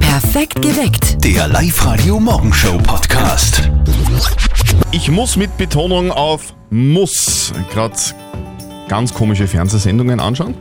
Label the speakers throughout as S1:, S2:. S1: Perfekt geweckt.
S2: Der Live-Radio Morgenshow Podcast.
S3: Ich muss mit Betonung auf muss gerade ganz komische Fernsehsendungen anschauen.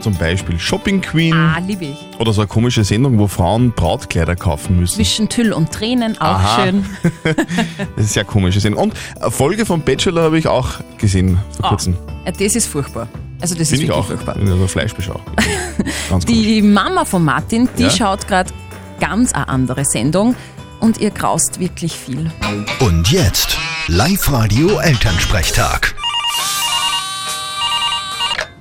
S3: Zum Beispiel Shopping Queen
S4: Mhm. Ah, liebe ich.
S3: oder so eine komische Sendung, wo Frauen Brautkleider kaufen müssen.
S4: Zwischen Tüll und Tränen, auch
S3: Aha.
S4: schön.
S3: Das ist sehr komische Sendung. Und eine Folge von Bachelor habe ich auch gesehen vor
S4: Ah,
S3: kurzem.
S4: ja, das ist furchtbar. Also das ist
S3: Finde ich
S4: wirklich
S3: auch.
S4: furchtbar.
S3: In einer Fleischbeschau. ganz komisch.
S4: Die Mama von Martin, die
S3: Ja?
S4: schaut gerade ganz eine andere Sendung und ihr graust wirklich viel.
S2: Und jetzt Live-Radio Elternsprechtag.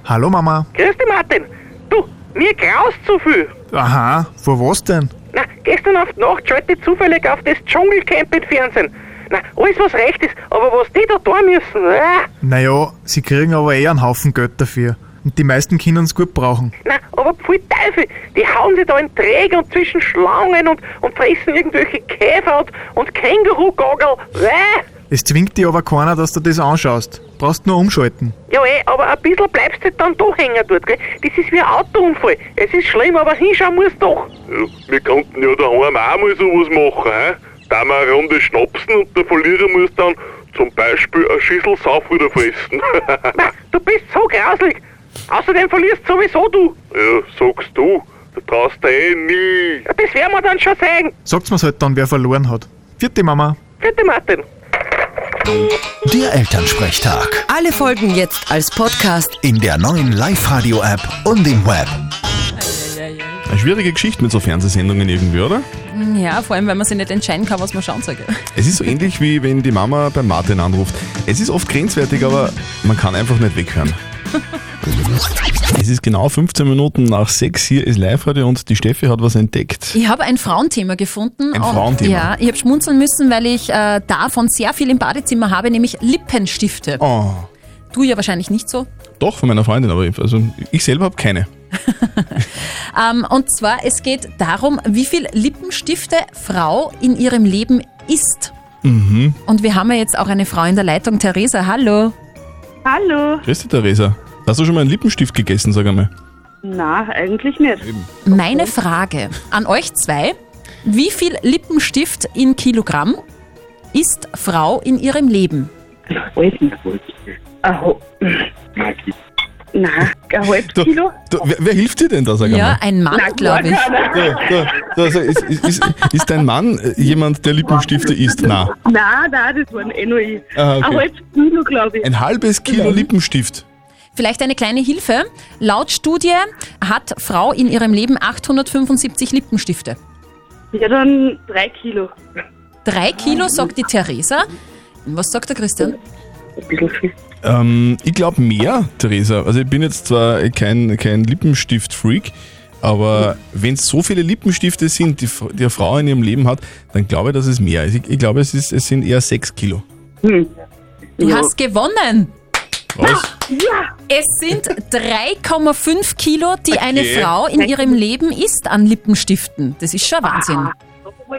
S5: Hallo Mama.
S6: Grüß dich, Martin. Du, mir graust zu viel.
S5: Aha, vor was denn?
S6: Na, gestern auf die Nacht schalte ich zufällig auf das Dschungelcamp im Fernsehen. Na, alles was recht ist, aber was die da tun müssen, ah,
S5: Naja, sie kriegen aber eh einen Haufen Geld dafür. Und die meisten können es gut brauchen.
S6: na, aber pfui Teufel, die hauen sich da in Träger und zwischen Schlangen und, und fressen irgendwelche Käfer und, und Känguru-Gogel. Ah.
S5: Es zwingt dir aber keiner, dass du das anschaust. Brauchst nur umschalten.
S6: Ja, eh, aber ein bisschen bleibst du halt dann doch hängen dort, gell? Das ist wie ein Autounfall. Es ist schlimm, aber hinschauen musst du doch.
S7: Ja, wir könnten ja daheim auch mal sowas machen, hä? Da mal eine Runde schnapsen und der Verlierer muss dann zum Beispiel eine Schüssel Sauf wieder fressen.
S6: Na, du bist so grauslig. Außerdem verlierst sowieso du.
S7: ja, sagst du, da traust du eh nie.
S6: Ja, Das werden wir dann schon sehen.
S5: Sagt's mir's halt dann, wer verloren hat. Vierte Mama.
S6: Bitte, Martin.
S2: Der Elternsprechtag.
S1: Alle Folgen jetzt als Podcast.
S2: In der neuen Live-Radio App und im Web.
S3: Eine schwierige Geschichte mit so Fernsehsendungen irgendwie, oder?
S4: Ja, vor allem, weil man sich nicht entscheiden kann, was man schauen soll. gell?
S3: Es ist so ähnlich wie wenn die Mama beim Martin anruft. Es ist oft grenzwertig, aber man kann einfach nicht weghören. Es ist genau 15 Minuten nach 6. Hier ist Live-Radio und die Steffi hat was entdeckt.
S4: Ich habe ein Frauenthema gefunden.
S3: Ein
S4: und-
S3: Frauenthema.
S4: Ja, ich habe schmunzeln müssen, weil ich äh, davon sehr viel im Badezimmer habe, nämlich Lippenstifte.
S3: Oh.
S4: Du ja wahrscheinlich nicht so.
S3: Doch, von meiner Freundin, aber ich- also ich selber habe keine.
S4: Ähm, und zwar, es geht darum, wie viel Lippenstifte Frau in ihrem Leben isst.
S3: Mhm.
S4: Und wir haben ja jetzt auch eine Frau in der Leitung, Theresa. Hallo.
S8: Hallo.
S3: Grüß dich, Theresa. Hast du schon mal einen Lippenstift gegessen, sag einmal?
S8: Na, eigentlich nicht.
S4: Meine Frage an euch zwei: Wie viel Lippenstift in Kilogramm isst Frau in ihrem Leben?
S8: Alten. Ein Ho- Na, ein halbes
S3: Du,
S8: Kilo?
S3: du, wer, wer hilft dir denn da, sag
S4: Ja,
S3: einmal?
S4: ein Mann,
S8: Na,
S4: glaube ich.
S8: keiner.
S3: Da, da, da, so, also ist, ist, ist, ist dein Mann äh, jemand, der Lippenstifte isst? Na,
S8: Nein, nein, das waren eh nur ich.
S3: Ah, okay.
S8: Ein halbes Kilo, glaube ich.
S3: ein halbes Kilo Lippenstift.
S4: Vielleicht eine kleine Hilfe. Laut Studie hat Frau in ihrem Leben 875 Lippenstifte.
S8: Ja, dann drei Kilo.
S4: Drei Kilo, sagt die Theresa. Was sagt der Christian?
S8: Ein bisschen viel.
S3: Ähm, ich glaube mehr, Theresa. Also ich bin jetzt zwar kein, kein Lippenstift-Freak, aber wenn es so viele Lippenstifte sind, die, Fr- die eine Frau in ihrem Leben hat, dann glaube ich, dass es mehr ist. Ich, ich glaube, es, ist, es sind eher sechs Kilo.
S4: Du hast gewonnen.
S3: Was?
S4: Es sind 3,5 Kilo, die eine
S3: Okay.
S4: Frau in ihrem Leben isst an Lippenstiften. Das ist schon Wahnsinn.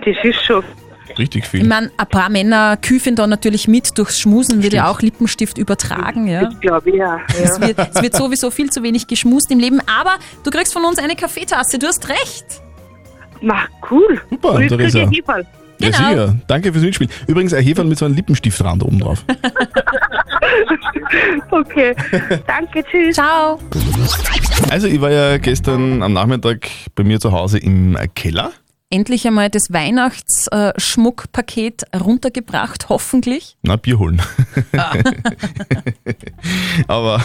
S8: Das ist schon.
S3: Richtig
S4: Ich
S3: viel.
S4: meine, ein paar Männer küfen da natürlich mit, durchs Schmusen wird ja auch Lippenstift übertragen. Ja.
S8: Das glaube ich ja.
S4: Es, wird, es wird sowieso viel zu wenig geschmust im Leben, aber du kriegst von uns eine Kaffeetasse, du hast recht.
S8: Na, cool.
S3: Super,
S8: Und jetzt krieg ich
S3: Theresa.
S8: einen Heferl.
S3: Ja,
S4: genau.
S3: sicher. Danke fürs Mitspielen. Übrigens ein Heferl mit so einem Lippenstiftrand oben drauf.
S8: Okay. Danke, tschüss.
S4: Ciao.
S3: Also ich war ja gestern am Nachmittag bei mir zu Hause im Keller.
S4: Endlich einmal das Weihnachtsschmuckpaket runtergebracht, hoffentlich.
S3: Na, Bier holen. Aber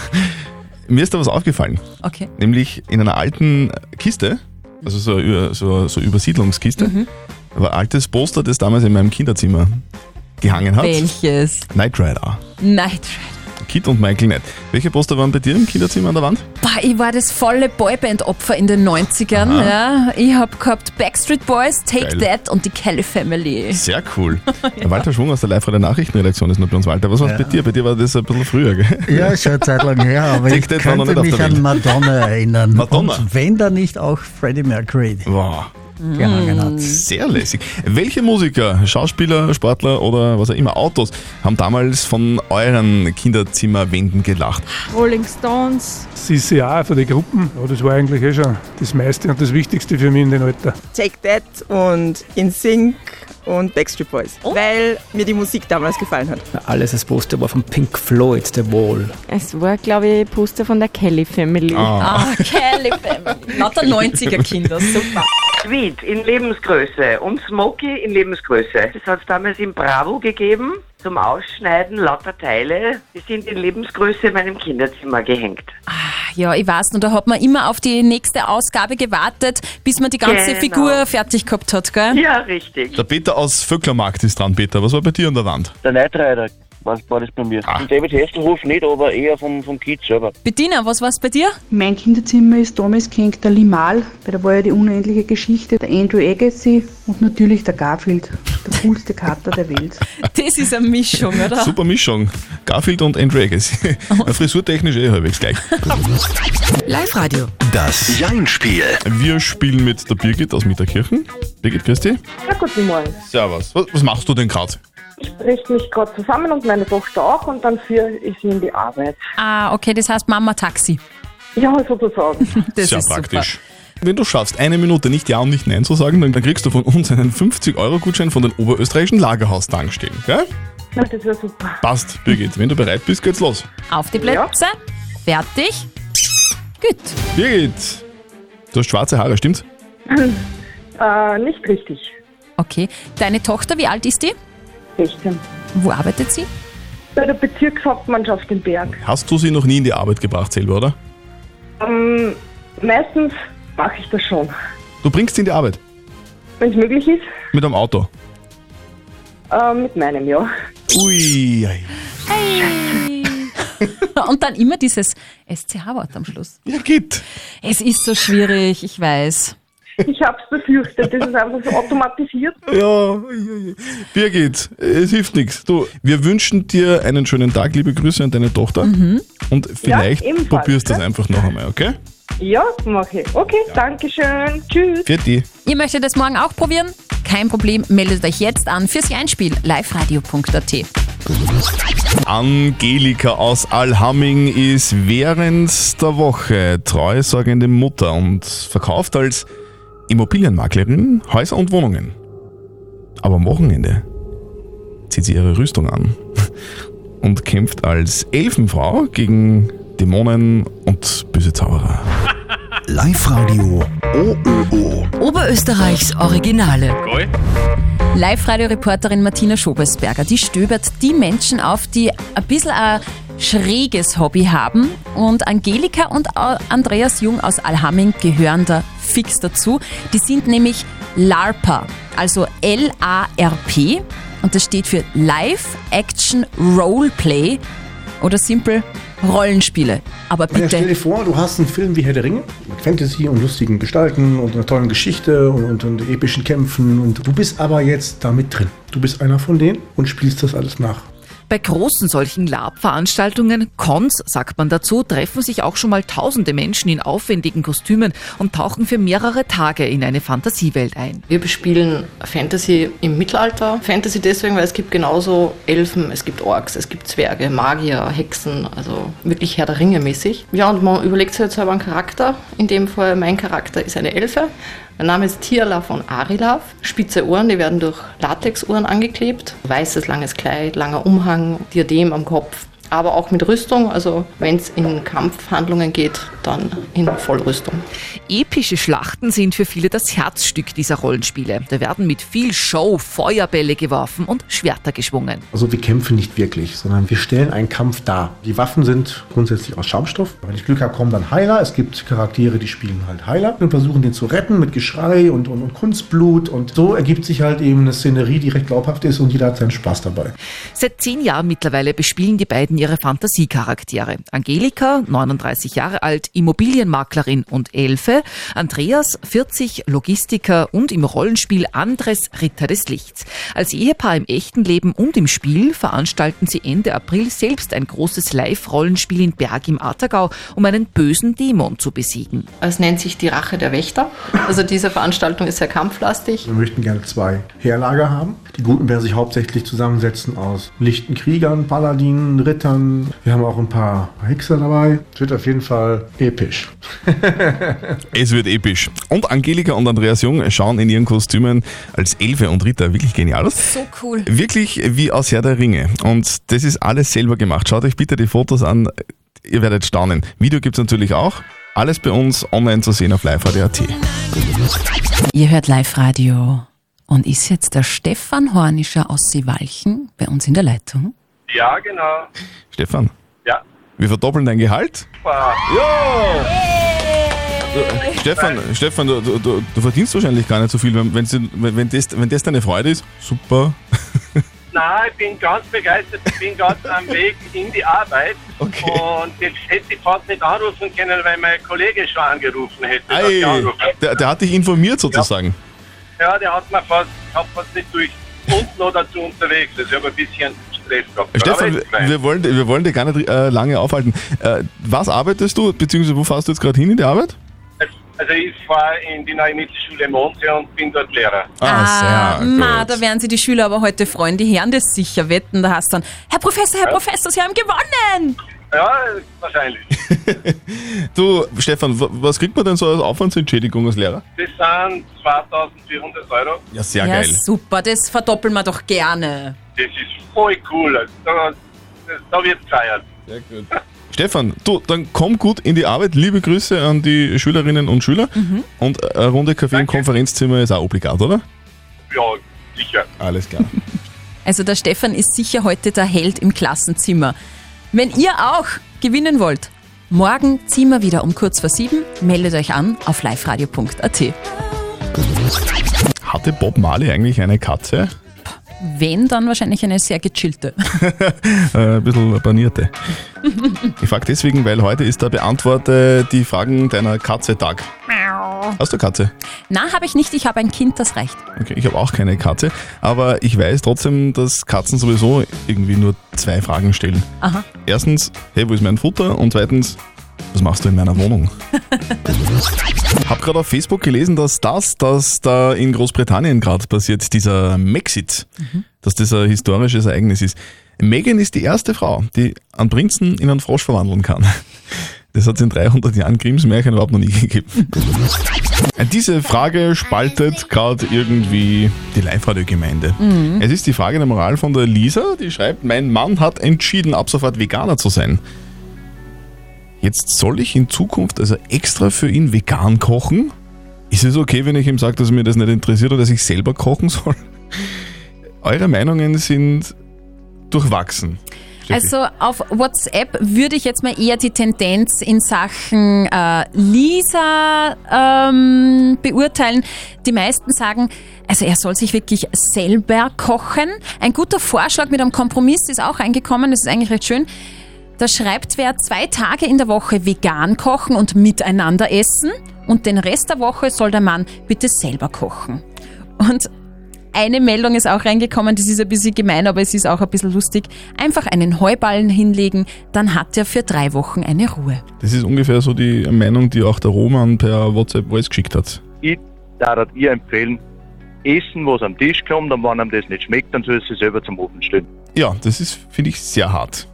S3: mir ist da was aufgefallen.
S4: Okay.
S3: Nämlich in einer alten Kiste, also so, Ü- so, so Übersiedlungskiste, war ein altes Poster, das damals in meinem Kinderzimmer gehangen hat.
S4: Welches?
S3: Knight Rider.
S4: Night
S3: Kit und Michael Knight. Welche Poster waren bei dir im Kinderzimmer an der Wand?
S4: Boah, ich war das volle Boyband-Opfer in den 90ern. Ja. Ich hab gehabt Backstreet Boys, Take
S3: Geil.
S4: That und die Kelly Family.
S3: Sehr cool. Walter Schwung aus der live der nachrichtenredaktion ist noch bei uns. Walter, was war bei dir? Bei dir war das ein bisschen früher, gell?
S9: Ja, ist schon eine Zeit lang her, aber
S3: Dick
S9: ich
S3: Dad war noch
S9: könnte
S3: nicht auf
S9: mich
S3: der
S9: an
S3: Welt.
S9: Madonna erinnern.
S3: Madonna?
S9: Und wenn dann nicht auch Freddie Mercury.
S3: Wow.
S9: Genau, genau.
S3: Sehr lässig. Welche Musiker, Schauspieler, Sportler oder was auch immer, Autos, haben damals von euren Kinderzimmerwänden gelacht?
S8: Rolling Stones.
S10: Das ist ja auch für die Gruppen. Ja, das war eigentlich eh schon das meiste und das Wichtigste für mich in dem Alter.
S11: Take That und In Sync und Backstreet Boys, weil mir die Musik damals gefallen hat.
S9: Alles als Poster war von Pink Floyd, The Wall.
S8: Es war, glaube ich, Poster von der Kelly Family.
S4: Ah, Kelly Family. Lauter 90er-Kinder, super.
S6: Sweet in Lebensgröße und Smoky in Lebensgröße. Das hat es damals im Bravo gegeben. Zum Ausschneiden lauter Teile. Die sind in Lebensgröße in meinem Kinderzimmer gehängt.
S4: Ja, ich weiß noch, da hat man immer auf die nächste Ausgabe gewartet, bis man die ganze
S6: Genau.
S4: Figur fertig gehabt hat, gell?
S6: Ja, richtig.
S3: Der Peter aus Vöcklermarkt ist dran, Peter. Was war bei dir an der Wand?
S7: Der Knight Rider was war das bei mir. Und David Hesselhoff nicht, aber eher vom, vom Kid selber.
S4: Bettina, was war's bei dir?
S8: Mein Kinderzimmer ist damals gehängt der Limal, weil da war ja die unendliche Geschichte, der Andrew Agassi und natürlich der Garfield, der coolste Kater der Welt.
S4: Das ist eine Mischung, oder?
S3: Super Mischung. Garfield und Andrew Agassi. Frisurtechnisch eh halbwegs gleich.
S1: Live-Radio.
S2: Das Jein-Spiel.
S3: Wir spielen mit der Birgit aus Mitterkirchen. Birgit, grüß dich.
S8: Ja, guten Morgen.
S3: Servus. Was, was machst du denn gerade?
S8: Ich richte mich gerade zusammen und meine Tochter auch und dann führe ich sie in die Arbeit.
S4: Ah, okay, das heißt Mama Taxi.
S8: Ja, sozusagen.
S4: Das
S3: Sehr
S4: ist
S3: praktisch. Wenn du schaffst, eine Minute nicht Ja und nicht Nein zu sagen, dann, dann kriegst du von uns einen 50-Euro-Gutschein von den oberösterreichischen Lagerhaustankstellen. Gell?
S8: Ja, das wäre super.
S3: Passt, Birgit. Wenn du bereit bist, geht's los.
S4: super. Auf die Plätze, fertig. Gut.
S3: Birgit, du hast schwarze Haare, stimmt's?
S8: Äh, nicht richtig.
S4: Okay, deine Tochter, wie alt ist die?
S8: 16.
S4: Wo arbeitet sie?
S8: Bei der Bezirkshauptmannschaft im Berg.
S3: Hast du sie noch nie in die Arbeit gebracht selber, oder?
S8: Ähm, meistens mache ich das schon.
S3: Du bringst sie in die Arbeit.
S8: Wenn es möglich ist,
S3: Mit einem Auto.
S8: äh, mit meinem, ja.
S3: Ui. ei.
S4: Und dann immer dieses SCH-Wort am Schluss.
S3: Ja, geht.
S4: Es ist so schwierig, ich weiß.
S8: Ich habe es befürchtet, das ist einfach so automatisiert.
S3: Ja, ja, ja. Birgit, es hilft nichts. Du, wir wünschen dir einen schönen Tag, liebe Grüße an deine Tochter. Und vielleicht
S8: ebenfalls,
S3: probierst du das
S8: gell?
S3: einfach noch einmal, okay?
S8: Ja, mache ich. Okay, danke schön. Tschüss.
S3: Für die.
S4: Ihr möchtet das morgen auch probieren? Kein Problem, meldet euch jetzt an fürs Einspiel liveradio.at.
S3: Angelika aus Alhamming ist während der Woche treusorgende Mutter und verkauft als Immobilienmaklerin Häuser und Wohnungen. Aber am Wochenende zieht sie ihre Rüstung an und kämpft als Elfenfrau gegen Dämonen und böse Zauberer.
S2: Live-Radio OÖO.
S1: Oberösterreichs Originale.
S4: Live-Radio-Reporterin Martina Schobesberger, die stöbert die Menschen auf, die ein bisschen ein schräges Hobby haben. Und Angelika und A- Andreas Jung aus Alhamming gehören da fix dazu. Die sind nämlich LARPer, also L-A-R-P. Und das steht für Live Action Roleplay oder simpel Rollenspiele. Aber
S10: Ja, stell dir
S4: bitte.
S10: vor, du hast einen Film wie Herr der Ringe mit Fantasy und lustigen Gestalten und einer tollen Geschichte und, und, und epischen Kämpfen und du bist aber jetzt da mit drin. Du bist einer von denen und spielst das alles nach.
S1: Bei großen solchen Lab-Veranstaltungen, Cons sagt man dazu, treffen sich auch schon mal tausende Menschen in aufwendigen Kostümen und tauchen für mehrere Tage in eine Fantasiewelt ein.
S11: Wir bespielen Fantasy im Mittelalter. Fantasy deswegen, weil es gibt genauso Elfen, es gibt Orks, es gibt Zwerge, Magier, Hexen, also wirklich Herr der Ringe mäßig. Ja, und man überlegt sich jetzt selber einen Charakter. In dem Fall mein Charakter ist eine Elfe. Mein Name ist Tierla von Arilav. Spitze Ohren, die werden durch Latexohren angeklebt. Weißes langes Kleid, langer Umhang, Diadem am Kopf. Aber auch mit Rüstung, also wenn es in Kampfhandlungen geht, dann in Vollrüstung.
S1: Epische Schlachten sind für viele das Herzstück dieser Rollenspiele. Da werden mit viel Show Feuerbälle geworfen und Schwerter geschwungen.
S10: Also wir kämpfen nicht wirklich, sondern wir stellen einen Kampf dar. Die Waffen sind grundsätzlich aus Schaumstoff. Wenn ich Glück habe, kommen dann Heiler. Es gibt Charaktere, die spielen halt Heiler und versuchen den zu retten mit Geschrei und, und, und Kunstblut. Und so ergibt sich halt eben eine Szenerie, die recht glaubhaft ist und jeder hat seinen Spaß dabei.
S1: Seit zehn Jahren mittlerweile bespielen die beiden
S4: ihre Fantasiecharaktere. Angelika, 39 Jahre alt, Immobilienmaklerin und Elfe. Andreas, 40, Logistiker und im Rollenspiel Andres, Ritter des Lichts. Als Ehepaar im echten Leben und im Spiel veranstalten sie Ende April selbst ein großes Live-Rollenspiel in Berg im Attergau, um einen bösen Dämon zu besiegen.
S12: Es nennt sich die Rache der Wächter. Also diese Veranstaltung ist sehr kampflastig.
S13: Wir möchten gerne zwei Heerlager haben. Die Guten werden sich hauptsächlich zusammensetzen aus lichten Kriegern, Paladinen, Rittern. Wir haben auch ein paar Hexer dabei. Es wird auf jeden Fall episch.
S3: Es wird episch. Und Angelika und Andreas Jung schauen in ihren Kostümen als Elfe und Ritter wirklich genial aus.
S2: So cool.
S3: Wirklich wie aus Herr der Ringe. Und das ist alles selber gemacht. Schaut euch bitte die Fotos an. Ihr werdet staunen. Video gibt's natürlich auch. Alles bei uns online zu sehen auf live.at.
S2: Ihr hört Live-Radio. Und ist jetzt der Stefan Hornischer aus Seewalchen bei uns in der Leitung?
S10: Ja, genau.
S3: Stefan,
S10: Ja.
S3: wir verdoppeln dein Gehalt.
S10: Super.
S3: Du, äh, Stefan, Stefan du, du, du du verdienst wahrscheinlich gar nicht so viel. Wenn, wenn's- wenn, wenn, das, wenn das deine Freude ist, super.
S10: Nein, ich bin ganz begeistert. Ich bin ganz am Weg in die Arbeit. Und jetzt hätte ich fast nicht anrufen können, weil mein Kollege schon angerufen hätte. dass ich
S3: Ei,
S10: anrufe.
S3: der, der hat dich informiert sozusagen.
S10: Ja, der hat mir fast, hat fast nicht durch. Und noch dazu unterwegs. Also ich habe ein bisschen Stress gehabt.
S3: Äh, Stefan,
S10: Aber
S3: wir
S10: ist fein.
S3: wir wollen, wir wollen dich gar nicht äh, lange aufhalten. Äh, was arbeitest du, beziehungsweise wo fährst du jetzt gerade hin in die Arbeit?
S10: also ich fahre in die neue Mittelschule Monte und bin dort Lehrer.
S2: Ah,
S3: Ah,
S2: ma, da werden sie die Schüler aber heute freuen. Die Herren das sicher wetten. Da hast du dann, Herr Professor, Herr Professor, Sie haben gewonnen!
S10: Ja, wahrscheinlich.
S3: Du, Stefan, wa- was kriegt man denn so als Aufwandsentschädigung als Lehrer?
S10: Das sind 2400 Euro.
S3: Ja, sehr
S2: ja,
S3: Ah, geil.
S2: super, das verdoppeln wir doch gerne.
S10: Das ist voll cool. Also Da, da wird gefeiert.
S3: Sehr gut. Stefan, du, dann komm gut in die Arbeit. Liebe Grüße an die Schülerinnen und Schüler.
S2: Mhm.
S3: Und eine Runde Kaffee im Konferenzzimmer ist auch obligat, oder?
S10: Ja, sicher.
S3: Alles klar.
S2: Also der Stefan ist sicher heute der Held im Klassenzimmer. Wenn ihr auch gewinnen wollt, morgen ziehen wir wieder um kurz vor sieben. Meldet euch an auf liveradio.at.
S3: Hatte Bob Marley eigentlich eine Katze?
S2: Wenn, dann wahrscheinlich eine sehr gechillte.
S3: Äh, ein bisschen banierte. Ich frage deswegen, weil heute ist der Beantworte die Fragen deiner Katze-Tag. Hast du Katze?
S2: Na, habe ich nicht. Ich habe ein Kind, das reicht.
S3: Okay, ich habe auch keine Katze, aber ich weiß trotzdem, dass Katzen sowieso irgendwie nur zwei Fragen stellen.
S2: Aha.
S3: Erstens, hey, wo ist mein Futter? Und zweitens, was machst du in meiner Wohnung? hab gerade auf Facebook gelesen, dass das, das da in Großbritannien gerade passiert, dieser Mexit, dass das ein historisches Ereignis ist. Meghan ist die erste Frau, die einen Prinzen in einen Frosch verwandeln kann. Das hat es in 300 Jahren Grimms Märchen überhaupt noch nie gegeben. Äh, Diese Frage spaltet gerade irgendwie die Live-Radio-Gemeinde.
S14: Mhm.
S3: Es ist die Frage der Moral von der Lisa, die schreibt, mein Mann hat entschieden, ab sofort Veganer zu sein. Jetzt soll ich in Zukunft also extra für ihn vegan kochen? Ist es okay, wenn ich ihm sage, dass mir das nicht interessiert oder dass ich selber kochen soll? Eure Meinungen sind durchwachsen. Steffi.
S2: Also auf WhatsApp würde ich jetzt mal eher die Tendenz in Sachen äh, Lisa ähm, beurteilen. Die meisten sagen, also er soll sich wirklich selber kochen. Ein guter Vorschlag mit einem Kompromiss ist auch eingekommen, das ist eigentlich recht schön. Da schreibt wer zwei Tage in der Woche vegan kochen und miteinander essen und den Rest der Woche soll der Mann bitte selber kochen. Und eine Meldung ist auch reingekommen, das ist ein bisschen gemein, aber es ist auch ein bisschen lustig. Einfach einen Heuballen hinlegen, dann hat er für drei Wochen eine Ruhe.
S3: Das ist ungefähr so die Meinung, die auch der Roman per WhatsApp-Voice geschickt hat.
S15: Ich darf ihr empfehlen, essen, was am Tisch kommt und wenn einem das nicht schmeckt, dann soll es sich selber zum Ofen stellen.
S3: Ja, das ist, finde ich, sehr hart.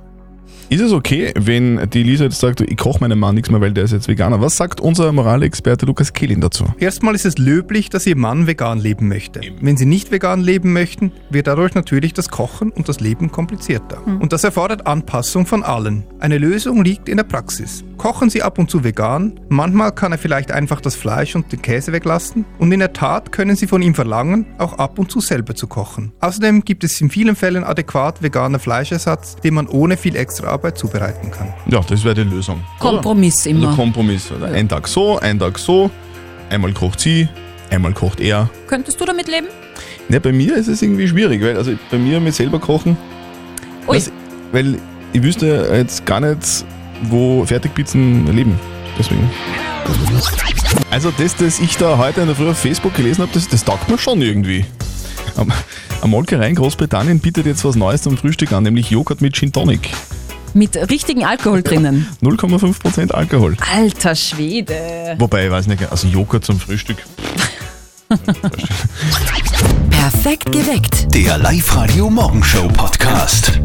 S3: Ist es okay, wenn die Lisa jetzt sagt, ich koche meinem Mann nichts mehr, weil der ist jetzt Veganer? Was sagt unser Moralexperte Lukas Kehlin dazu?
S16: Erstmal ist es löblich, dass Ihr Mann vegan leben möchte. Wenn Sie nicht vegan leben möchten, wird dadurch natürlich das Kochen und das Leben komplizierter.
S17: Mhm.
S16: Und das erfordert Anpassung von allen. Eine Lösung liegt in der Praxis. Kochen Sie ab und zu vegan, manchmal kann er vielleicht einfach das Fleisch und den Käse weglassen und in der Tat können Sie von ihm verlangen, auch ab und zu selber zu kochen. Außerdem gibt es in vielen Fällen adäquat veganer Fleischersatz, den man ohne viel Extraarbeit zubereiten kann.
S3: Ja, das wäre die Lösung.
S2: Kompromiss
S3: oder?
S2: immer.
S3: Also Kompromiss. Oder? Ein Tag so, ein Tag so. Einmal kocht sie, einmal kocht er.
S2: Könntest du damit leben?
S3: Ne, bei mir ist es irgendwie schwierig, weil also bei mir mit selber kochen.
S2: Ui.
S3: Das, weil ich wüsste jetzt gar nicht, wo Fertigpizzen leben. Deswegen. Also das, das ich da heute in der Früh auf Facebook gelesen habe, das, das taugt mir schon irgendwie. Am, am Molkerei in Großbritannien bietet jetzt was Neues zum Frühstück an, nämlich Joghurt mit Gin Tonic.
S2: Mit richtigen Alkohol drinnen.
S3: 0,5% Alkohol.
S2: Alter Schwede.
S3: Wobei, ich weiß nicht, also Joghurt zum Frühstück.
S18: Perfekt geweckt.
S16: Der Live-Radio Morgenshow Podcast.